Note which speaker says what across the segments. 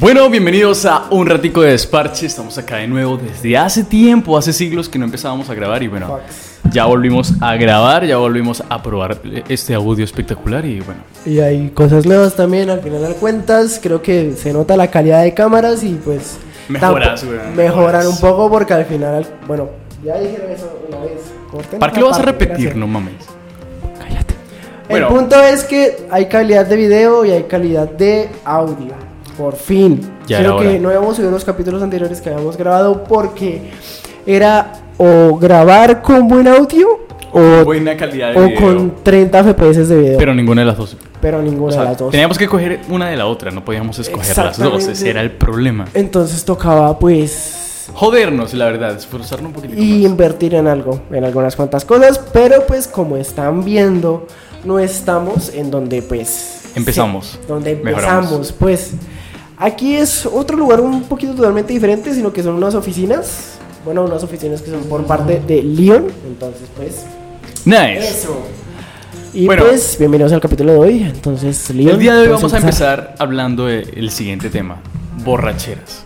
Speaker 1: Bueno, bienvenidos a Un Ratico de Desparche. Estamos acá de nuevo desde hace tiempo, hace siglos que no empezábamos a grabar y bueno, ya volvimos a grabar, ya volvimos a probar este audio espectacular y bueno.
Speaker 2: Y hay cosas nuevas también, al final de cuentas, creo que se nota la calidad de cámaras y pues...
Speaker 1: Mejoras,
Speaker 2: tampo-
Speaker 1: güey, mejoras.
Speaker 2: Mejoran un poco porque al final, bueno, ya dijeron eso una vez. corten
Speaker 1: ¿Para qué
Speaker 2: esa
Speaker 1: lo vas a
Speaker 2: parte,
Speaker 1: repetir?
Speaker 2: gracias.
Speaker 1: No mames.
Speaker 2: El
Speaker 1: Bueno.
Speaker 2: punto es que hay calidad de video y hay calidad de audio. Por fin.
Speaker 1: Ya era
Speaker 2: Creo
Speaker 1: hora.
Speaker 2: que no habíamos subido los capítulos anteriores que habíamos grabado porque era o grabar con buen audio o,
Speaker 1: Buena calidad de
Speaker 2: o
Speaker 1: video.
Speaker 2: con 30 FPS de video. Pero,
Speaker 1: Pero ninguna de las dos.
Speaker 2: ninguna
Speaker 1: O sea,
Speaker 2: de las dos.
Speaker 1: teníamos que coger una de la otra, no podíamos escoger las dos. Ese
Speaker 2: Exactamente.
Speaker 1: era el problema.
Speaker 2: Entonces tocaba pues
Speaker 1: Jodernos, la verdad, esforzarnos un poquitito
Speaker 2: y
Speaker 1: más.
Speaker 2: invertir en algo, en algunas cuantas cosas, pero pues como están viendo, no estamos en donde pues...
Speaker 1: Empezamos.
Speaker 2: sí, donde
Speaker 1: Mejoramos.
Speaker 2: empezamos, pues. Aquí es otro lugar un poquito totalmente diferente, sino que son unas oficinas, bueno, unas oficinas que son por parte de Leon, entonces pues...
Speaker 1: Nice.
Speaker 2: Eso. Y
Speaker 1: Bueno.
Speaker 2: pues, bienvenidos al capítulo de hoy, entonces Leon...
Speaker 1: El día de hoy
Speaker 2: ¿puedes
Speaker 1: vamos a empezar hablando del siguiente tema, borracheras.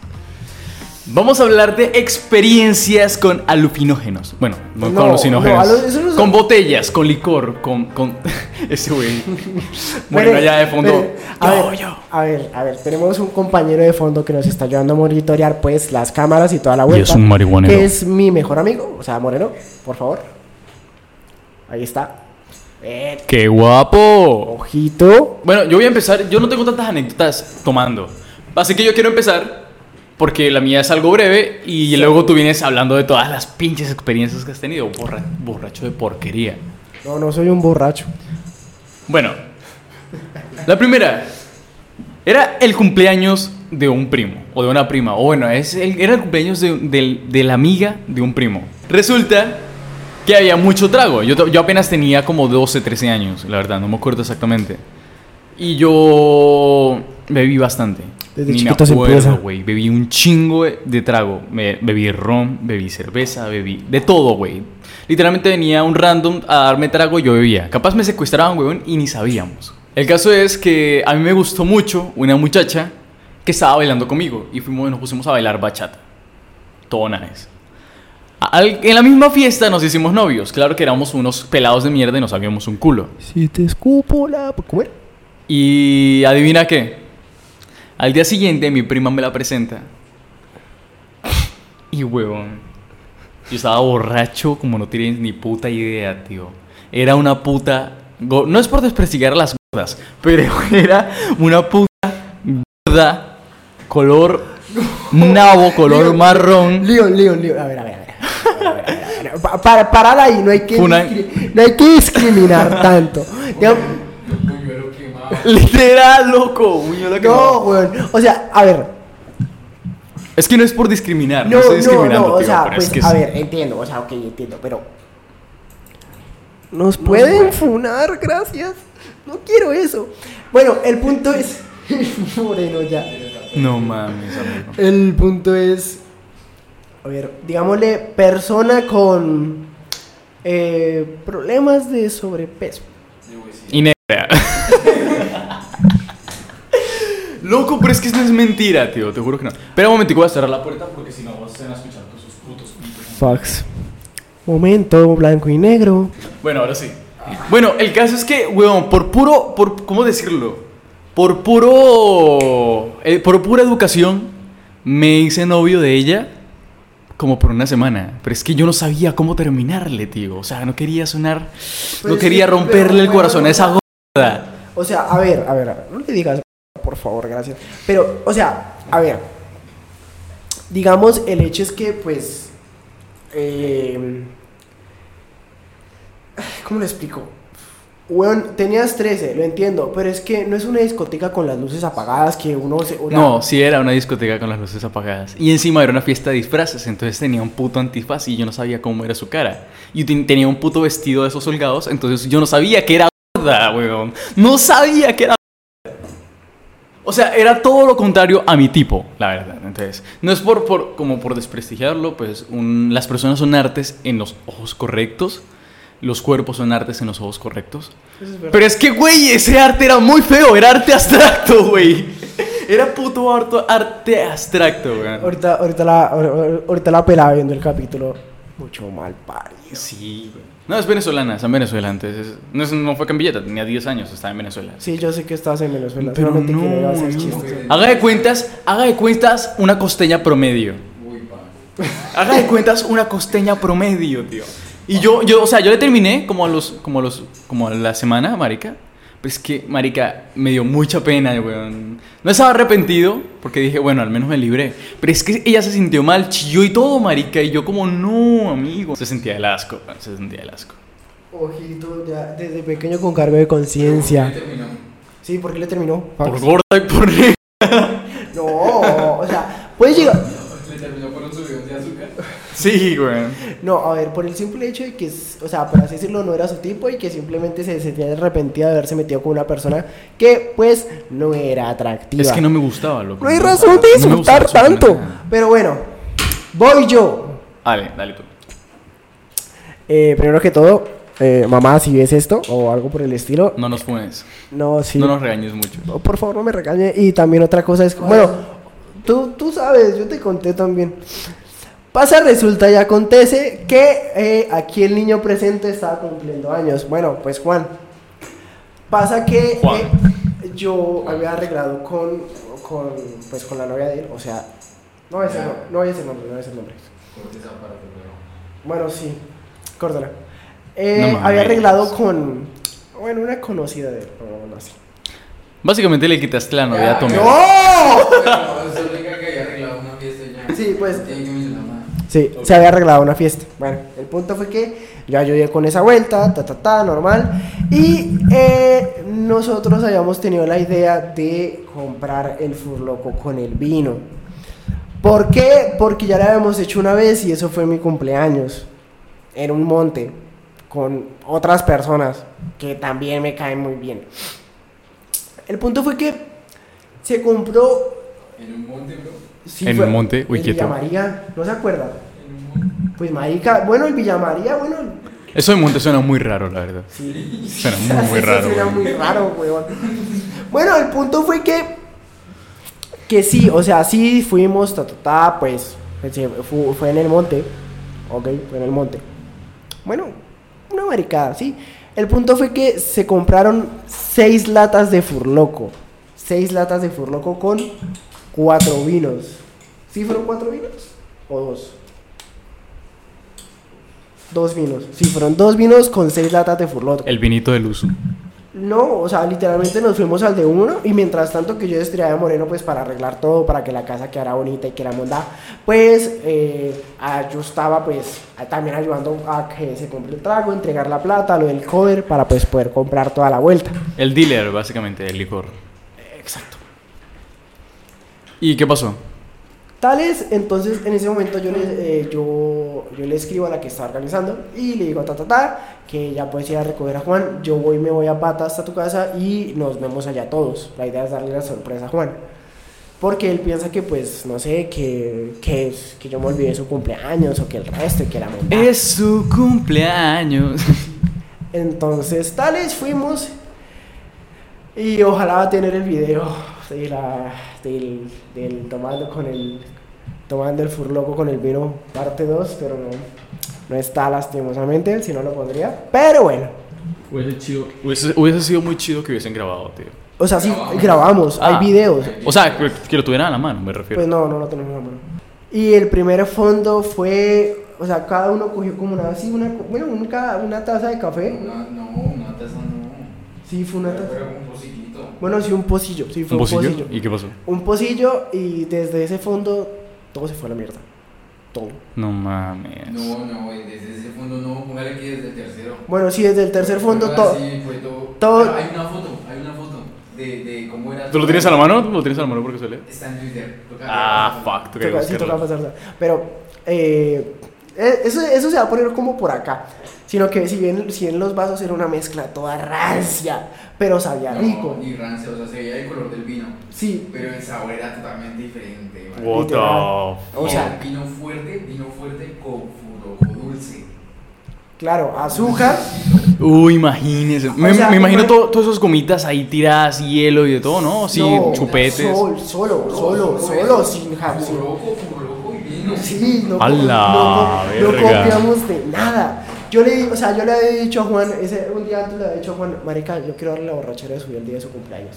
Speaker 1: Vamos a hablar de experiencias con alucinógenos. Bueno, no,
Speaker 2: No,
Speaker 1: con alucinógenos.
Speaker 2: no, alu- eso no es-
Speaker 1: Con botellas, con licor, con... con... Ese güey. bueno,
Speaker 2: Espere,
Speaker 1: allá de fondo. oh,
Speaker 2: espere. A,
Speaker 1: Yo,
Speaker 2: ver,
Speaker 1: yo.
Speaker 2: a ver, a ver, tenemos un compañero de fondo que nos está ayudando a monitorear pues las cámaras y toda la
Speaker 1: Y
Speaker 2: vuelta.
Speaker 1: es un marihuanero.
Speaker 2: Que es mi mejor amigo, o sea, Moreno, por favor. Ahí está. Eh,
Speaker 1: ¡Qué guapo!
Speaker 2: ojito.
Speaker 1: Bueno, yo voy a empezar. Yo no tengo tantas anécdotas tomando. Así que yo quiero empezar porque la mía es algo breve y luego tú vienes hablando de todas las pinches experiencias que has tenido. Borra- borracho de porquería.
Speaker 2: No, no soy un borracho.
Speaker 1: Bueno, la primera era el cumpleaños de un primo o de una prima. O bueno, es el- era el cumpleaños de, del- de la amiga de un primo. Resulta que había mucho trago. Yo, to- yo apenas tenía como 12, 13 años, la verdad, no me acuerdo exactamente. Y yo bebí bastante.
Speaker 2: Desde
Speaker 1: Ni me
Speaker 2: chiquito se
Speaker 1: acuerdo,
Speaker 2: empieza.
Speaker 1: güey. Bebí un chingo de- de trago. Me- bebí ron, bebí cerveza, bebí de todo, güey. Literalmente venía un random a darme trago y yo bebía. Capaz me secuestraban, güey, y ni sabíamos. El caso es que a mí me gustó mucho una muchacha que estaba bailando conmigo y fuimos, nos pusimos a bailar bachata. Todo nice. Al- en la misma fiesta nos hicimos novios. Claro que éramos unos pelados de mierda y nos sabíamos un culo.
Speaker 2: Si te escupo la... ¿Cómo era?
Speaker 1: Y adivina qué. Al día siguiente mi prima me la presenta. Y huevón. Yo estaba borracho como no tienes ni puta idea, tío. Era una puta... go- No es por desprestigiar a las gordas, pero era una puta gorda color nabo, color marrón.
Speaker 2: Leon, Leon, Leon. A ver, a ver, a ver. A ver, a ver, a ver. Pa- para, parar ahí, no hay que,
Speaker 1: Una-
Speaker 2: discri- no hay que discriminar tanto. Ya-
Speaker 1: Literal, loco. Buñuelo
Speaker 2: No,
Speaker 1: quemado.
Speaker 2: weón. O sea, a ver.
Speaker 1: Es que no es por discriminar. No,
Speaker 2: No,
Speaker 1: estoy
Speaker 2: no,
Speaker 1: discriminando,
Speaker 2: no. O
Speaker 1: tío,
Speaker 2: sea,
Speaker 1: pero
Speaker 2: pues,
Speaker 1: es que
Speaker 2: a
Speaker 1: es-
Speaker 2: ver, entiendo. O sea, ok, entiendo, pero. Nos pueden funar, gracias. No quiero eso. Bueno, el punto es. Moreno ya.
Speaker 1: No mames, amigo.
Speaker 2: El punto es. A ver, digámosle, persona con. eh, problemas de sobrepeso.
Speaker 1: Y negra. Loco, pero es que eso es mentira, tío. Te juro que no. Espera un momentico, voy a cerrar la puerta porque si no vas a escuchar todos sus putos gritos.
Speaker 2: Fax. Momento, blanco y negro.
Speaker 1: Bueno, ahora sí. Bueno, el caso es que, weón, por puro. Por, ¿Cómo decirlo? Por puro. eh, por pura educación, me hice novio de ella como por una semana. Pero es que yo no sabía cómo terminarle, tío. O sea, no quería sonar.
Speaker 2: Pues
Speaker 1: no
Speaker 2: sí,
Speaker 1: quería
Speaker 2: pero
Speaker 1: romperle el
Speaker 2: bueno,
Speaker 1: corazón a esa
Speaker 2: o
Speaker 1: gorda.
Speaker 2: O sea, a ver, a ver, a ver, no le digas, por favor, gracias. Pero, o sea, a ver, digamos, el hecho es que, pues, eh, ¿cómo le explico? Weón, tenías 13, lo entiendo, pero es que no es una discoteca con las luces apagadas que uno se... o sea,
Speaker 1: No, sí era una discoteca con las luces apagadas. Y encima era una fiesta de disfraces, entonces tenía un puto antifaz y yo no sabía cómo era su cara. Y ten- tenía un puto vestido de esos holgados, entonces yo no sabía que era gorda, weón. No sabía que era gorda. O sea, era todo lo contrario a mi tipo, la verdad. Entonces, no es por, por como por desprestigiarlo, pues un- las personas son artes en los ojos correctos, los cuerpos son artes en los ojos correctos.
Speaker 2: eso es verdad.
Speaker 1: Pero es que, güey, ese arte era muy feo, era arte abstracto, güey. Era puto harto arte abstracto, weón.
Speaker 2: Ahorita, ahorita, la, ahor- ahorita la pelada viendo el capítulo. Mucho mal parido.
Speaker 1: Sí, güey. No, es venezolana, está en Venezuela antes. es- no, es- no fue cambilleta, tenía 10 años, estaba en Venezuela.
Speaker 2: Sí, yo sé que estabas en Venezuela.
Speaker 1: Pero
Speaker 2: solamente
Speaker 1: no,
Speaker 2: que no ibas a hacer
Speaker 1: no.
Speaker 2: chistes.
Speaker 1: Haga de cuentas, haga de cuentas una costeña promedio. Haga de cuentas una costeña promedio, tío. Y yo, yo, o sea, yo le terminé como a los, como a los, como a la semana, marica. Pero es que, marica, me dio mucha pena, weón. No estaba arrepentido, porque dije, bueno, al menos me libré. Pero es que ella se sintió mal, chilló y todo, marica. Y yo como, no, amigo. Se sentía el asco, weón, se sentía el asco.
Speaker 2: Ojito, ya desde pequeño con cargo de conciencia. Sí, ¿por qué le terminó?
Speaker 1: Por gorda y por negra.
Speaker 2: No, o sea, puedes llegar.
Speaker 1: Sí, weón.
Speaker 2: No, a ver, por el simple hecho de que, es- o sea, por así decirlo, no era su tipo y que simplemente se sentía arrepentida de haberse metido con una persona que, pues, no era atractiva.
Speaker 1: Es que no me gustaba, loco.
Speaker 2: No hay
Speaker 1: me
Speaker 2: razón de
Speaker 1: gustaba. No me gustaba
Speaker 2: insultar tanto.
Speaker 1: absolutamente nada.
Speaker 2: Pero bueno, voy yo.
Speaker 1: Dale, dale tú.
Speaker 2: Eh, primero que todo, eh, mamá, si ves esto o algo por el estilo,
Speaker 1: No nos funes.
Speaker 2: no, sí.
Speaker 1: No nos regañes mucho.
Speaker 2: Oh, Por favor, no me regañe. Y también otra cosa es, bueno, tú, tú sabes, yo te conté también. Pasa, resulta y acontece que eh, aquí el niño presente estaba cumpliendo años. Bueno, pues Juan. Pasa que
Speaker 1: Juan.
Speaker 2: eh, yo había arreglado con, con, pues, con la novia de él. O sea, no es el nombre, no es el nombre, no es el nombre. Bueno, sí, córtala. Eh,
Speaker 1: No mames.
Speaker 2: había arreglado con, bueno, una conocida de él, por llamarlo así.
Speaker 1: Básicamente le quitaste la novia a tu amigo.
Speaker 2: ¡No!
Speaker 3: Eso le que había arreglado una fiesta ya.
Speaker 2: Sí, pues.
Speaker 3: Tiene que mencionar nada.
Speaker 2: Sí, se había arreglado una fiesta. Bueno, el punto fue que ya yo llegué con esa vuelta, ta, ta, ta, normal. Y eh, nosotros habíamos tenido la idea de comprar el furloco con el vino. ¿Por qué? Porque ya lo habíamos hecho una vez y eso fue mi cumpleaños. En un monte, con otras personas que también me caen muy bien. El punto fue que se compró...
Speaker 3: En un monte, bro.
Speaker 2: sí,
Speaker 1: En
Speaker 2: fue-
Speaker 1: un monte, uy,
Speaker 2: en
Speaker 1: quieto.
Speaker 2: Villa María, ¿no se acuerda?
Speaker 3: En un monte.
Speaker 2: Pues marica, bueno, el Villa María, bueno.
Speaker 1: Eso de monte suena muy raro, la verdad.
Speaker 2: Sí.
Speaker 1: Suena muy, muy
Speaker 2: Eso
Speaker 1: raro.
Speaker 2: Suena
Speaker 1: güey.
Speaker 2: muy raro, weón. Bueno, el punto fue que que sí, o sea, sí fuimos ta ta, ta, pues pues, sí, fu- fue en el monte. Ok, fue en el monte. Bueno, una maricada, sí. El punto fue que se compraron seis latas de furloco. Seis latas de furloco con cuatro vinos. ¿Sí fueron cuatro vinos? ¿O dos? Dos vinos. Sí, fueron dos vinos con seis latas de furloco.
Speaker 1: El vinito del uso.
Speaker 2: No, o sea, literalmente nos fuimos al de uno y mientras tanto que yo estiraba de moreno pues para arreglar todo, para que la casa quedara bonita y quedara monda, pues eh, ah, yo estaba pues ah, también ayudando a que se compre el trago, entregar la plata, lo del cover para pues poder comprar toda la vuelta.
Speaker 1: El dealer, básicamente, del licor.
Speaker 2: Exacto.
Speaker 1: ¿Y qué pasó?
Speaker 2: Tales, entonces en ese momento yo le, eh, yo, yo le escribo a la que está organizando y le digo ta ta ta que ya puedes ir a recoger a Juan. Yo voy, me voy a pata hasta tu casa y nos vemos allá todos. La idea es darle la sorpresa a Juan. Porque él piensa que, pues, no sé, que, que, que yo me olvidé su cumpleaños o que el resto y que la montaña.
Speaker 1: Es su cumpleaños.
Speaker 2: Entonces, tales fuimos. Y ojalá va a tener el video de la, del, del tomando con el tomando el furloco con el vino parte 2, pero no, no está lastimosamente, si no lo pondría. Pero bueno,
Speaker 1: Hubiese, hubiese sido muy chido que hubiesen grabado, tío.
Speaker 2: o sea, sí
Speaker 3: Grabamos.
Speaker 2: grabamos,
Speaker 1: Ah.
Speaker 2: hay videos.
Speaker 1: O sea, que, que lo tuvieran a la mano, me refiero.
Speaker 2: Pues no, no lo tenemos en la mano. Y el primer fondo fue, o sea, cada uno cogió como una, sí, una, bueno, una, una taza de café.
Speaker 3: Una- no, una taza no.
Speaker 2: Sí, fue una taza.
Speaker 3: Pero un pocillito.
Speaker 2: Bueno, sí, un pocillo, sí, fue
Speaker 1: ¿Un pocillo?
Speaker 2: pocillo.
Speaker 1: ¿Y qué pasó?
Speaker 2: un pocillo y desde ese fondo todo se fue a la mierda. Todo.
Speaker 1: No mames.
Speaker 3: No, no, güey, desde ese fondo no, póngale aquí desde el tercero.
Speaker 2: Bueno, sí, desde el tercer fondo
Speaker 3: Ah,
Speaker 2: todo.
Speaker 3: Sí, fue todo.
Speaker 2: todo-
Speaker 3: Pero Hay una foto, hay una foto de, de cómo era.
Speaker 1: ¿Tú lo tienes a la mano? ¿Tú lo tienes a la mano porque se lee?
Speaker 3: Está en Twitter. toca-
Speaker 1: Ah, fuck. Tú
Speaker 2: Toca- sí, toca pasarla. Pero eh, eh, eso, eso se va a poner como por acá. Sino que si bien, si en los vasos era una mezcla toda rancia, pero sabía
Speaker 3: No,
Speaker 2: rico.
Speaker 3: Ni rancio, o sea, se veía el color del vino.
Speaker 2: Sí,
Speaker 3: Pero el sabor era totalmente diferente, güey.
Speaker 1: What the
Speaker 2: Literal.
Speaker 1: fuck.
Speaker 3: O
Speaker 2: O
Speaker 3: sea,
Speaker 2: sea-
Speaker 3: vino fuerte, vino fuerte con furoco dulce.
Speaker 2: Claro, azúcar.
Speaker 1: Uy, imagínense. Me,
Speaker 2: sea,
Speaker 1: me imagino
Speaker 2: imag-
Speaker 1: todo- todas esas gomitas ahí tiradas, hielo y de todo, ¿no? Sí,
Speaker 2: no,
Speaker 1: chupetes.
Speaker 2: sol- solo, solo, solo, sin jabón.
Speaker 3: Puro loco, puro loco y vino.
Speaker 2: Sí, no,
Speaker 1: A
Speaker 2: co-
Speaker 1: la
Speaker 2: no co- no
Speaker 1: verga.
Speaker 2: copiamos de nada. Yo le, di- o sea, yo le había dicho a Juan, ese, un día antes le había dicho a Juan, marica, yo quiero darle la borrachera de suyo el día de su cumpleaños.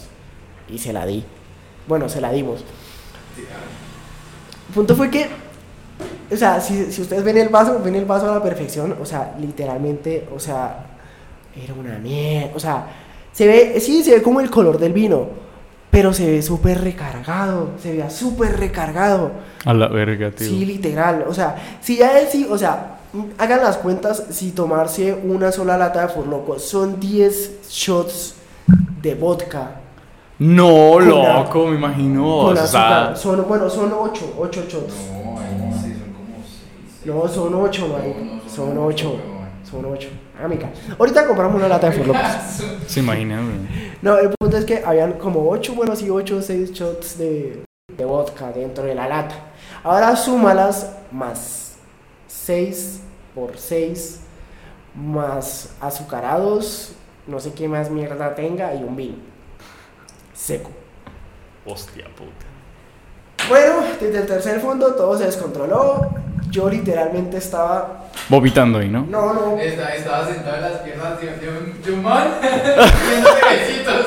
Speaker 2: Y se la di. Bueno, se la dimos. El punto fue que, o sea, si, si ustedes ven el vaso, ven el vaso a la perfección, o sea, literalmente, o sea, era una mierda, o sea, se ve, sí, se ve como el color del vino, pero se ve súper recargado, se veía súper recargado.
Speaker 1: A la verga, tío.
Speaker 2: Sí, literal. O sea, si ya es, sí, o sea, mm, hagan las cuentas si tomarse una sola lata de Forloco son 10 shots de vodka.
Speaker 1: No,
Speaker 2: Con la-
Speaker 1: loco, me imagino.
Speaker 2: con
Speaker 1: o sea,
Speaker 2: azúcar. Son, bueno, son 8, 8 shots.
Speaker 3: No, ahí no sé, son como seis.
Speaker 2: No, son 8,
Speaker 3: No,
Speaker 2: marica.
Speaker 3: no,
Speaker 2: Son
Speaker 3: ocho,
Speaker 2: 8.
Speaker 3: weón.
Speaker 2: Son 8. Amiga, ahorita compramos una lata de Forlocos.
Speaker 1: se imagina. güey.
Speaker 2: No, el punto es que habían como 8, bueno, sí, 8 o 6 shots de, de vodka dentro de la lata. Ahora súmalas más 6 por 6, más azucarados, no sé qué más mierda tenga y un vino. Seco.
Speaker 1: Hostia puta.
Speaker 2: Bueno, desde el tercer fondo todo se descontroló. Yo literalmente estaba...
Speaker 1: Vomitando ahí, ¿no?
Speaker 2: No, no,
Speaker 3: Esta- Estaba sentado en las piernas de de un de un man haciendo besitos.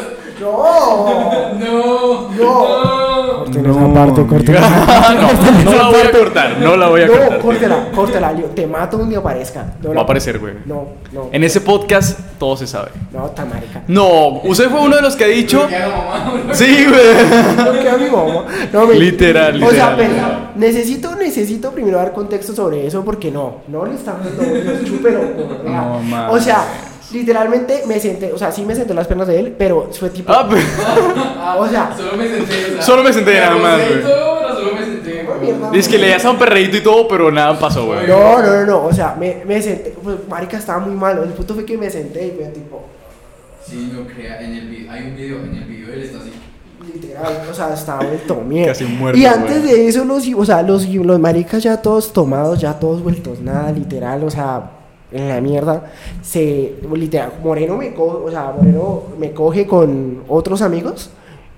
Speaker 2: no. No.
Speaker 3: No, no.
Speaker 2: Corten esa parte, corten
Speaker 1: amiga.
Speaker 2: esa parte,
Speaker 1: No,
Speaker 2: corten
Speaker 1: no
Speaker 2: esa
Speaker 1: la voy a
Speaker 2: parte.
Speaker 1: cortar, no la voy a cortar.
Speaker 2: No,
Speaker 1: tío.
Speaker 2: córtela, córtela, Leo. Te mato donde aparezca. No,
Speaker 1: Va
Speaker 2: no.
Speaker 1: a aparecer, güey.
Speaker 2: No, no.
Speaker 1: En ese podcast todo se sabe.
Speaker 2: No, está marica.
Speaker 1: No, usted fue uno de los que ha dicho.
Speaker 3: Bloquear a la mamá, bro.
Speaker 1: Sí, güey.
Speaker 2: No, que a mi mamá. No, me-
Speaker 1: Literal,
Speaker 2: O sea,
Speaker 1: literal.
Speaker 2: pero necesito, necesito primero dar contexto sobre eso porque no, no le estamos dando los chupero. o sea,
Speaker 1: No, mames.
Speaker 2: O sea, literalmente me senté, o sea, sí me senté en las piernas de él, pero fue tipo.
Speaker 1: Ah, pero-
Speaker 3: Ah,
Speaker 2: O sea-
Speaker 3: solo me senté. o sea,
Speaker 1: Solo me senté, nada más,
Speaker 3: abusé y
Speaker 1: güey.
Speaker 3: todo, pero solo me senté.
Speaker 2: Oh,
Speaker 3: güey.
Speaker 2: mierda.
Speaker 1: Dice que le das a un perreíto y todo, pero nada pasó, güey.
Speaker 2: No, no, no, no, o sea, me, me senté, pues, marica estaba muy malo, el punto fue que me senté y fue tipo,
Speaker 3: Sí, no crea, en el vi- hay un video, en el video él está así.
Speaker 2: Literal, o sea, estaba vuelto mierda.
Speaker 1: Casi muerto,
Speaker 2: Y antes
Speaker 1: güey.
Speaker 2: de eso, los, o sea, los, los maricas ya todos tomados, ya todos vueltos, nada, literal, o sea, en la mierda. Se, literal, Moreno me, co- o sea, Moreno me coge con otros amigos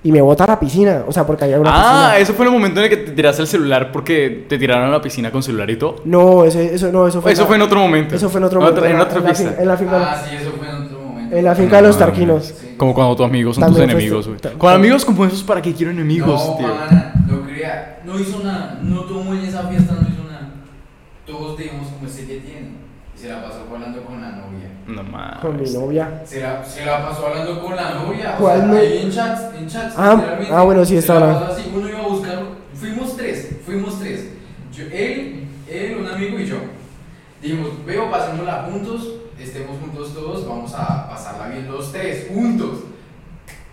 Speaker 2: y me bota a la piscina, o sea, porque había una
Speaker 1: Ah,
Speaker 2: piscina.
Speaker 1: eso fue el momento en el que te tiraste el celular porque te tiraron a la piscina con celular y todo.
Speaker 2: No, eso, eso, no, eso fue.
Speaker 1: Eso
Speaker 2: la-
Speaker 1: fue en otro momento.
Speaker 2: Eso fue en otro
Speaker 1: Otra-
Speaker 2: momento.
Speaker 1: en
Speaker 2: la-
Speaker 1: otra
Speaker 2: la
Speaker 1: pista.
Speaker 2: fin- En la finca,
Speaker 3: Ah, sí, eso fue en otro momento.
Speaker 2: en la finca de los
Speaker 1: No,
Speaker 2: tarquinos.
Speaker 3: Sí.
Speaker 1: Como cuando tus amigos son tus
Speaker 2: También fue este-
Speaker 1: enemigos,
Speaker 2: eso.
Speaker 1: güey.
Speaker 2: Ta-
Speaker 1: Con amigos como esos, ¿para qué quiero enemigos,
Speaker 3: no,
Speaker 1: tío?
Speaker 3: pana, no crea, no hizo nada, no tomó en esa fiesta, no hizo nada. Todos digamos como ese que tiene. Y se la pasó hablando con la novia.
Speaker 1: No mames.
Speaker 2: Con mi novia.
Speaker 3: Se la, se la pasó hablando con la novia. o
Speaker 2: ¿Cuál
Speaker 3: sea,
Speaker 2: no-
Speaker 3: ahí en chats, en chats.
Speaker 2: Ah,
Speaker 3: literalmente.
Speaker 2: ah, bueno, sí,
Speaker 3: Se
Speaker 2: estaba
Speaker 3: la
Speaker 2: hablando.
Speaker 3: pasó así, uno iba a buscar. Fuimos tres, fuimos tres. Yo, él, él, un amigo y yo. Dijimos, veo, pasémosla juntos, estemos juntos todos, vamos a pasarla bien los tres, juntos.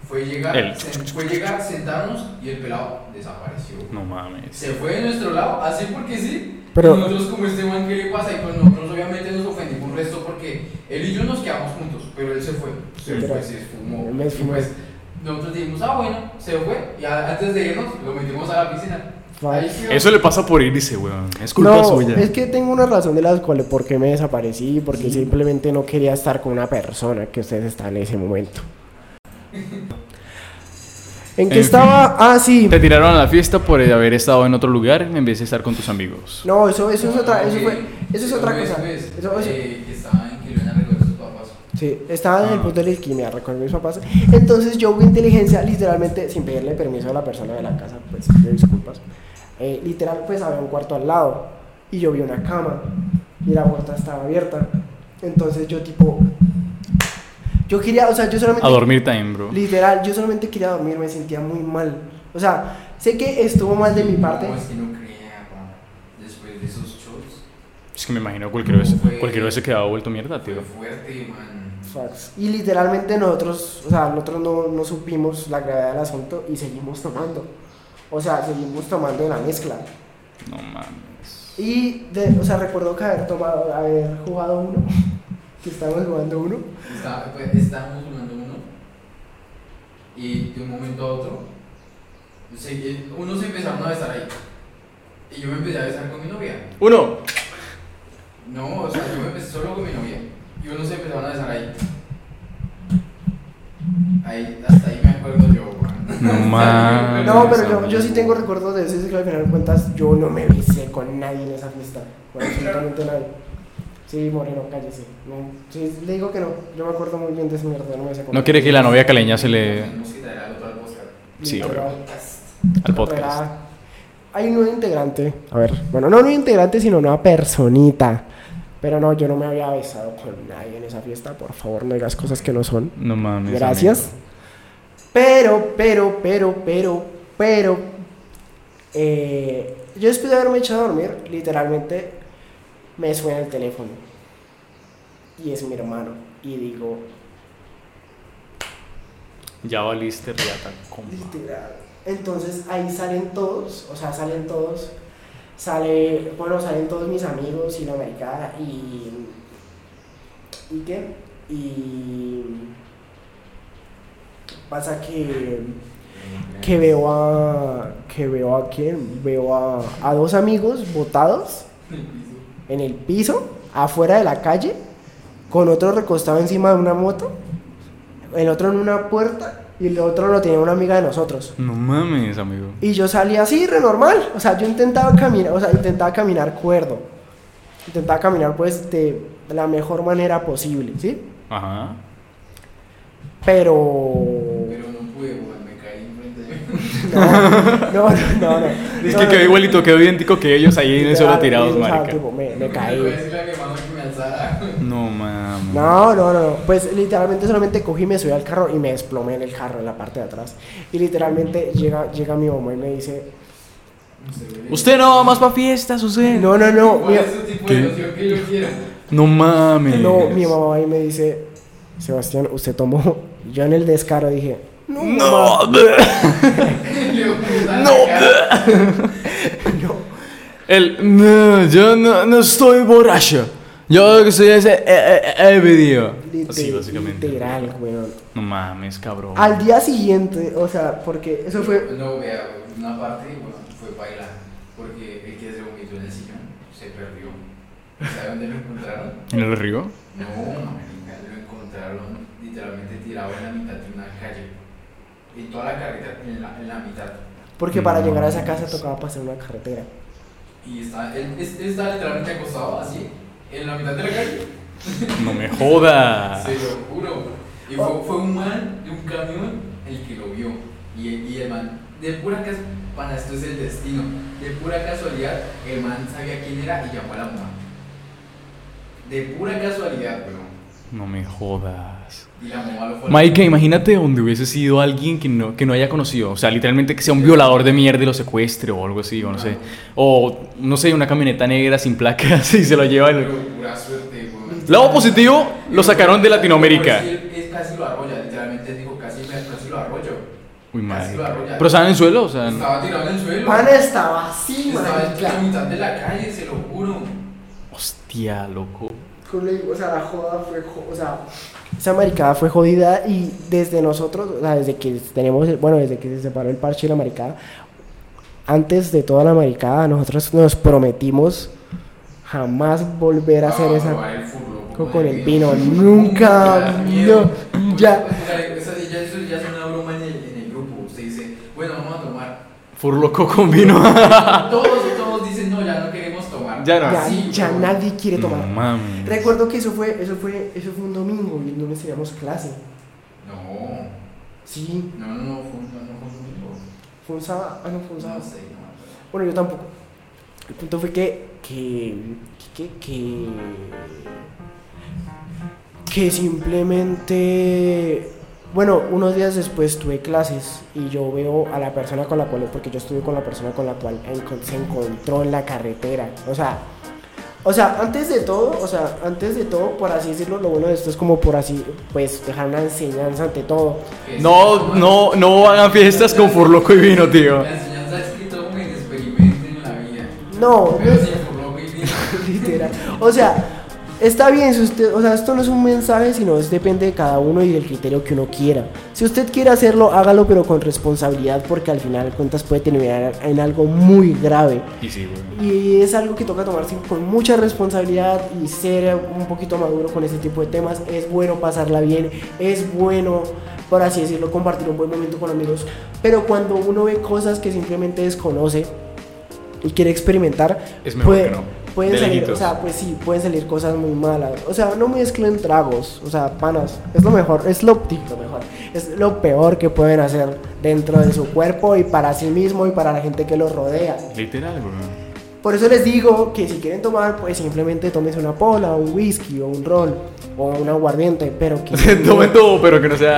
Speaker 3: Fue llegar,
Speaker 1: Él.
Speaker 3: sen- fue llegar, sentarnos y el pelado desapareció.
Speaker 1: No mames.
Speaker 3: Se fue de nuestro lado, así porque sí.
Speaker 2: Pero-
Speaker 3: Y nosotros como este man, ¿qué le pasa? Y pues nosotros obviamente nos ofendimos un resto porque él y yo nos quedamos juntos, pero él se fue. Se
Speaker 2: Sí,
Speaker 3: fue,
Speaker 2: pero-
Speaker 3: se esfumó.
Speaker 2: Me esfumé.
Speaker 3: Y, pues, nosotros dijimos, ah bueno, se fue. Y a- antes de irnos, lo metimos a la piscina.
Speaker 2: Vale.
Speaker 3: Ahí quedó.
Speaker 1: Eso le pasa por irse, güey. Es culpa
Speaker 2: no,
Speaker 1: suya.
Speaker 2: Es que tengo una razón de las cuales por qué me desaparecí, porque simplemente no quería estar con una persona que ustedes están en ese momento. ¿En qué
Speaker 1: En
Speaker 2: estaba? Ah, sí.
Speaker 1: Te tiraron a la fiesta por haber estado en otro lugar en vez de estar con tus amigos.
Speaker 2: No, eso, eso es otra, eso
Speaker 3: Eh,
Speaker 2: fue, eso es otra
Speaker 3: ves,
Speaker 2: cosa.
Speaker 3: ves,
Speaker 2: Eso- eso-
Speaker 3: eh, estaba en Quilón arregló sus papás.
Speaker 2: Sí, estaba en el
Speaker 1: Ah.
Speaker 2: punto de la esquina, recuerdo mis papás. Entonces yo con inteligencia, literalmente, sin pedirle permiso a la persona de la casa, pues pido disculpas. eh, literal, pues había un cuarto al lado y yo vi una cama y la puerta estaba abierta. Entonces yo tipo, yo quería, o sea, yo solamente...
Speaker 1: A dormir también, bro.
Speaker 2: Literal, yo solamente quería dormir, me sentía muy mal. O sea, sé que estuvo mal de mi parte.
Speaker 3: No, es que no creía, pa. Después de esos shows,
Speaker 1: Es que me imagino cualquier vez,
Speaker 3: Fue-
Speaker 1: cualquier vez se quedaba vuelto mierda,
Speaker 3: fue
Speaker 1: tío.
Speaker 3: fuerte, man.
Speaker 2: Facts. Y literalmente nosotros, o sea, nosotros no, no supimos la gravedad del asunto y seguimos tomando. O sea, seguimos tomando de la mezcla.
Speaker 1: No mames.
Speaker 2: Y, de- o sea, recuerdo que haber tomado, haber jugado uno, que estábamos jugando uno.
Speaker 3: Está- pues, estábamos jugando uno y de un momento a otro se- eh, unos empezaron a besar ahí y yo me empecé a besar con mi novia
Speaker 1: Uno.
Speaker 3: No, o sea, yo me besé solo con mi novia. Y uno se empezaron a besar ahí. Ahí, hasta ahí me acuerdo yo, weón.
Speaker 1: No
Speaker 3: Hasta ahí me
Speaker 1: mames.
Speaker 3: acuerdo.
Speaker 2: Ah, No, pero yo, yo sí tengo recuerdos de eso. Es que al final de cuentas yo no me besé con nadie en esa fiesta. Con absolutamente nadie. Sí, Moreno, cállese. No, sí, le digo que no. Yo me acuerdo muy bien de esa mierda. No me besé con
Speaker 1: No quiere que la novia caleña se le.
Speaker 3: Tenemos que traer al otro al podcast.
Speaker 1: Sí,
Speaker 2: Literal.
Speaker 1: obvio. al podcast.
Speaker 2: Era- Hay un nuevo integrante. A ver, bueno, no un nuevo integrante, sino una personita. Pero no, yo no me había besado con nadie en esa fiesta. Por favor, no digas cosas que no son.
Speaker 1: No mames.
Speaker 2: Gracias. Pero, pero, pero, pero, pero. eh, yo después de haberme echado a dormir, literalmente me suena el teléfono. Y es mi hermano. Y digo,
Speaker 1: amigo. Ya valiste riata, compa.
Speaker 2: Literal. Entonces ahí salen todos, o sea, salen todos, sale, bueno, salen todos mis amigos y la americana y... ¿Y qué? Y... Pasa que... Que veo a... Que veo a quién? Veo a, a dos amigos botados en el piso, afuera de la calle, con otro recostado encima de una moto, el otro en una puerta y el otro lo tenía una amiga de nosotros.
Speaker 1: No mames, amigo.
Speaker 2: Y yo salía así, re normal. O sea, yo intentaba caminar, o sea, intentaba caminar cuerdo. Intentaba caminar, pues, de la mejor manera posible, ¿sí?
Speaker 1: Ajá.
Speaker 2: Pero.
Speaker 3: Pero no pude, weón, me caí enfrente de mí.
Speaker 2: No, no, no, no.
Speaker 1: Es
Speaker 2: No,
Speaker 1: que
Speaker 2: no,
Speaker 1: quedó
Speaker 2: no.
Speaker 1: igualito, quedó idéntico que ellos ahí en el suelo
Speaker 2: Literal,
Speaker 1: tirados,
Speaker 2: o sea,
Speaker 1: marica.
Speaker 2: tipo, me, me
Speaker 3: Voy a
Speaker 2: caí.
Speaker 3: decirle a mi hermano que me alzara.
Speaker 1: No mames.
Speaker 2: No, no, no, no. Pues literalmente solamente cogí, me subí al carro y me desplomé en el carro, en la parte de atrás. Y literalmente llega, llega mi mamá y me dice:
Speaker 1: Usted no va más pa' fiestas, usted.
Speaker 2: No, no, no.
Speaker 3: ¿Cuál
Speaker 2: mi-
Speaker 3: es el tipo de
Speaker 1: ¿Qué?
Speaker 3: emoción que yo quiero?
Speaker 1: No mames.
Speaker 2: No, mi mamá ahí me dice, Sebastián, usted tomó. Yo en el descaro dije, no, mamá,
Speaker 1: No.
Speaker 3: Le voy a dar la
Speaker 1: No.
Speaker 3: cara.
Speaker 2: no.
Speaker 1: El no, yo no, no estoy borracho. Yo lo que estoy es eh, eh, eh, ebrio.
Speaker 2: Lite-
Speaker 1: Así, básicamente.
Speaker 2: Literal, weón.
Speaker 1: No mames, cabrón.
Speaker 2: Al día siguiente, o sea, porque eso fue.
Speaker 3: No, vea, una parte bueno, fue bailar, porque el que se vomitó en el sillón se perdió. ¿Sabe dónde lo encontraron?
Speaker 1: ¿En el río?
Speaker 3: No, marica, lo encontraron literalmente tirado en la mitad de una calle. En toda la carretera, en la, en la mitad.
Speaker 2: Porque para
Speaker 1: No.
Speaker 2: llegar a esa casa tocaba pasar una carretera.
Speaker 3: Y está, él, es- está literalmente acostado así, en la mitad de la calle.
Speaker 1: No me jodas.
Speaker 3: Se lo juro. Y fue,
Speaker 2: Oh.
Speaker 3: fue un man de un camión el que lo vio. Y, y el man, de pura casualidad, para esto es el destino, de pura casualidad, el man sabía quién era y llamó a la mamá. De pura casualidad, weón.
Speaker 1: No me jodas.
Speaker 3: Y la mamá lo fue a la-
Speaker 1: Mike, imagínate donde hubiese sido alguien que no, que no haya conocido. O sea, literalmente que sea un violador de mierda y lo secuestre o algo así, o no sé. O, no sé, una camioneta negra sin placas y se lo lleva.
Speaker 3: Pero
Speaker 1: El...
Speaker 3: pura suerte, weón.
Speaker 1: Lado positivo, lo sacaron de Latinoamérica.
Speaker 3: Él- él Casi lo arrolla, literalmente dijo, casi, me- casi lo arroyo.
Speaker 1: Uy, madre.
Speaker 3: Casi lo arrolla.
Speaker 1: Pero estaban en el suelo, o sea. no-
Speaker 3: Estaba tirado en el suelo.
Speaker 2: Pana estaba así,
Speaker 3: Estaba en la
Speaker 2: marica.
Speaker 3: mitad de la calle, se lo juro.
Speaker 1: Hostia, loco.
Speaker 2: Como le digo, O sea, la joda fue. jo- O sea, esa maricada fue jodida y desde nosotros, o sea, desde que tenemos. el- Bueno, desde que se separó el parche y la maricada. Antes de toda la maricada, nosotros nos prometimos jamás volver a hacer
Speaker 3: Ah,
Speaker 2: esa.
Speaker 3: probar el furloco
Speaker 2: Con-
Speaker 3: de
Speaker 2: con el
Speaker 3: vino.
Speaker 2: vino, nunca,
Speaker 3: Da miedo.
Speaker 2: no, ya.
Speaker 3: O sea, esa- ya- Eso ya es una broma en el, en el grupo. Usted dice, bueno, vamos a tomar.
Speaker 1: Furloco con vino.
Speaker 3: Todos, todos dicen, no, ya no queremos tomar.
Speaker 1: Ya no.
Speaker 2: Ya,
Speaker 3: Sí,
Speaker 2: ya
Speaker 3: pero-
Speaker 2: nadie quiere
Speaker 1: No
Speaker 2: tomar.
Speaker 1: mames.
Speaker 2: Ah, Recuerdo que eso fue, eso fue, eso fue un domingo y el lunes teníamos clase.
Speaker 3: No,
Speaker 2: Sí,
Speaker 3: no, no, no, fue, un- no, no fue un grupo.
Speaker 2: fue un sábado, ah, no fue un
Speaker 3: No
Speaker 2: sábado.
Speaker 3: sé, no me acuerdo.
Speaker 2: Bueno, yo tampoco. El punto fue que, que, que, que, que simplemente, bueno, unos días después tuve clases y yo veo a la persona con la cual, porque yo estuve con la persona con la cual encon- se encontró en la carretera, o sea, o sea, antes de todo, o sea, antes de todo, por así decirlo, lo bueno de esto es como por así, pues, dejar una enseñanza ante todo.
Speaker 3: Que sí,
Speaker 1: No,
Speaker 3: tomar.
Speaker 1: no, no hagan fiestas con furloco y vino, tío.
Speaker 3: La enseñanza es que tomen, experimenten la vida.
Speaker 2: No,
Speaker 3: Pero sin furloco y vino.
Speaker 2: Literal. O sea, está bien, si usted, o sea, esto no es un mensaje, sino es depende de cada uno y del criterio que uno quiera. Si usted quiere hacerlo, hágalo, pero con responsabilidad, porque al final de cuentas puede terminar en algo muy grave.
Speaker 1: Y sí, weón.
Speaker 2: Y es algo que toca tomarse con mucha responsabilidad y ser un poquito maduro con este tipo de temas. Es bueno pasarla bien, es bueno, por así decirlo, compartir un buen momento con amigos. Pero cuando uno ve cosas que simplemente desconoce y quiere experimentar,
Speaker 1: Es mejor que no.
Speaker 2: pueden
Speaker 1: De
Speaker 2: salir, o
Speaker 1: lejitos.
Speaker 2: sea, pues sí, pueden salir cosas muy malas. O sea, no mezclen tragos, o sea, panas. Es lo mejor, es lo, di- lo mejor, es lo peor que pueden hacer dentro de su cuerpo y para sí mismo y para la gente que los rodea.
Speaker 1: Literal, weón.
Speaker 2: Por eso les digo que si quieren tomar, pues simplemente tómense una pola, un whisky o un ron o un aguardiente, pero que
Speaker 1: Tomen todo, pero que no sea.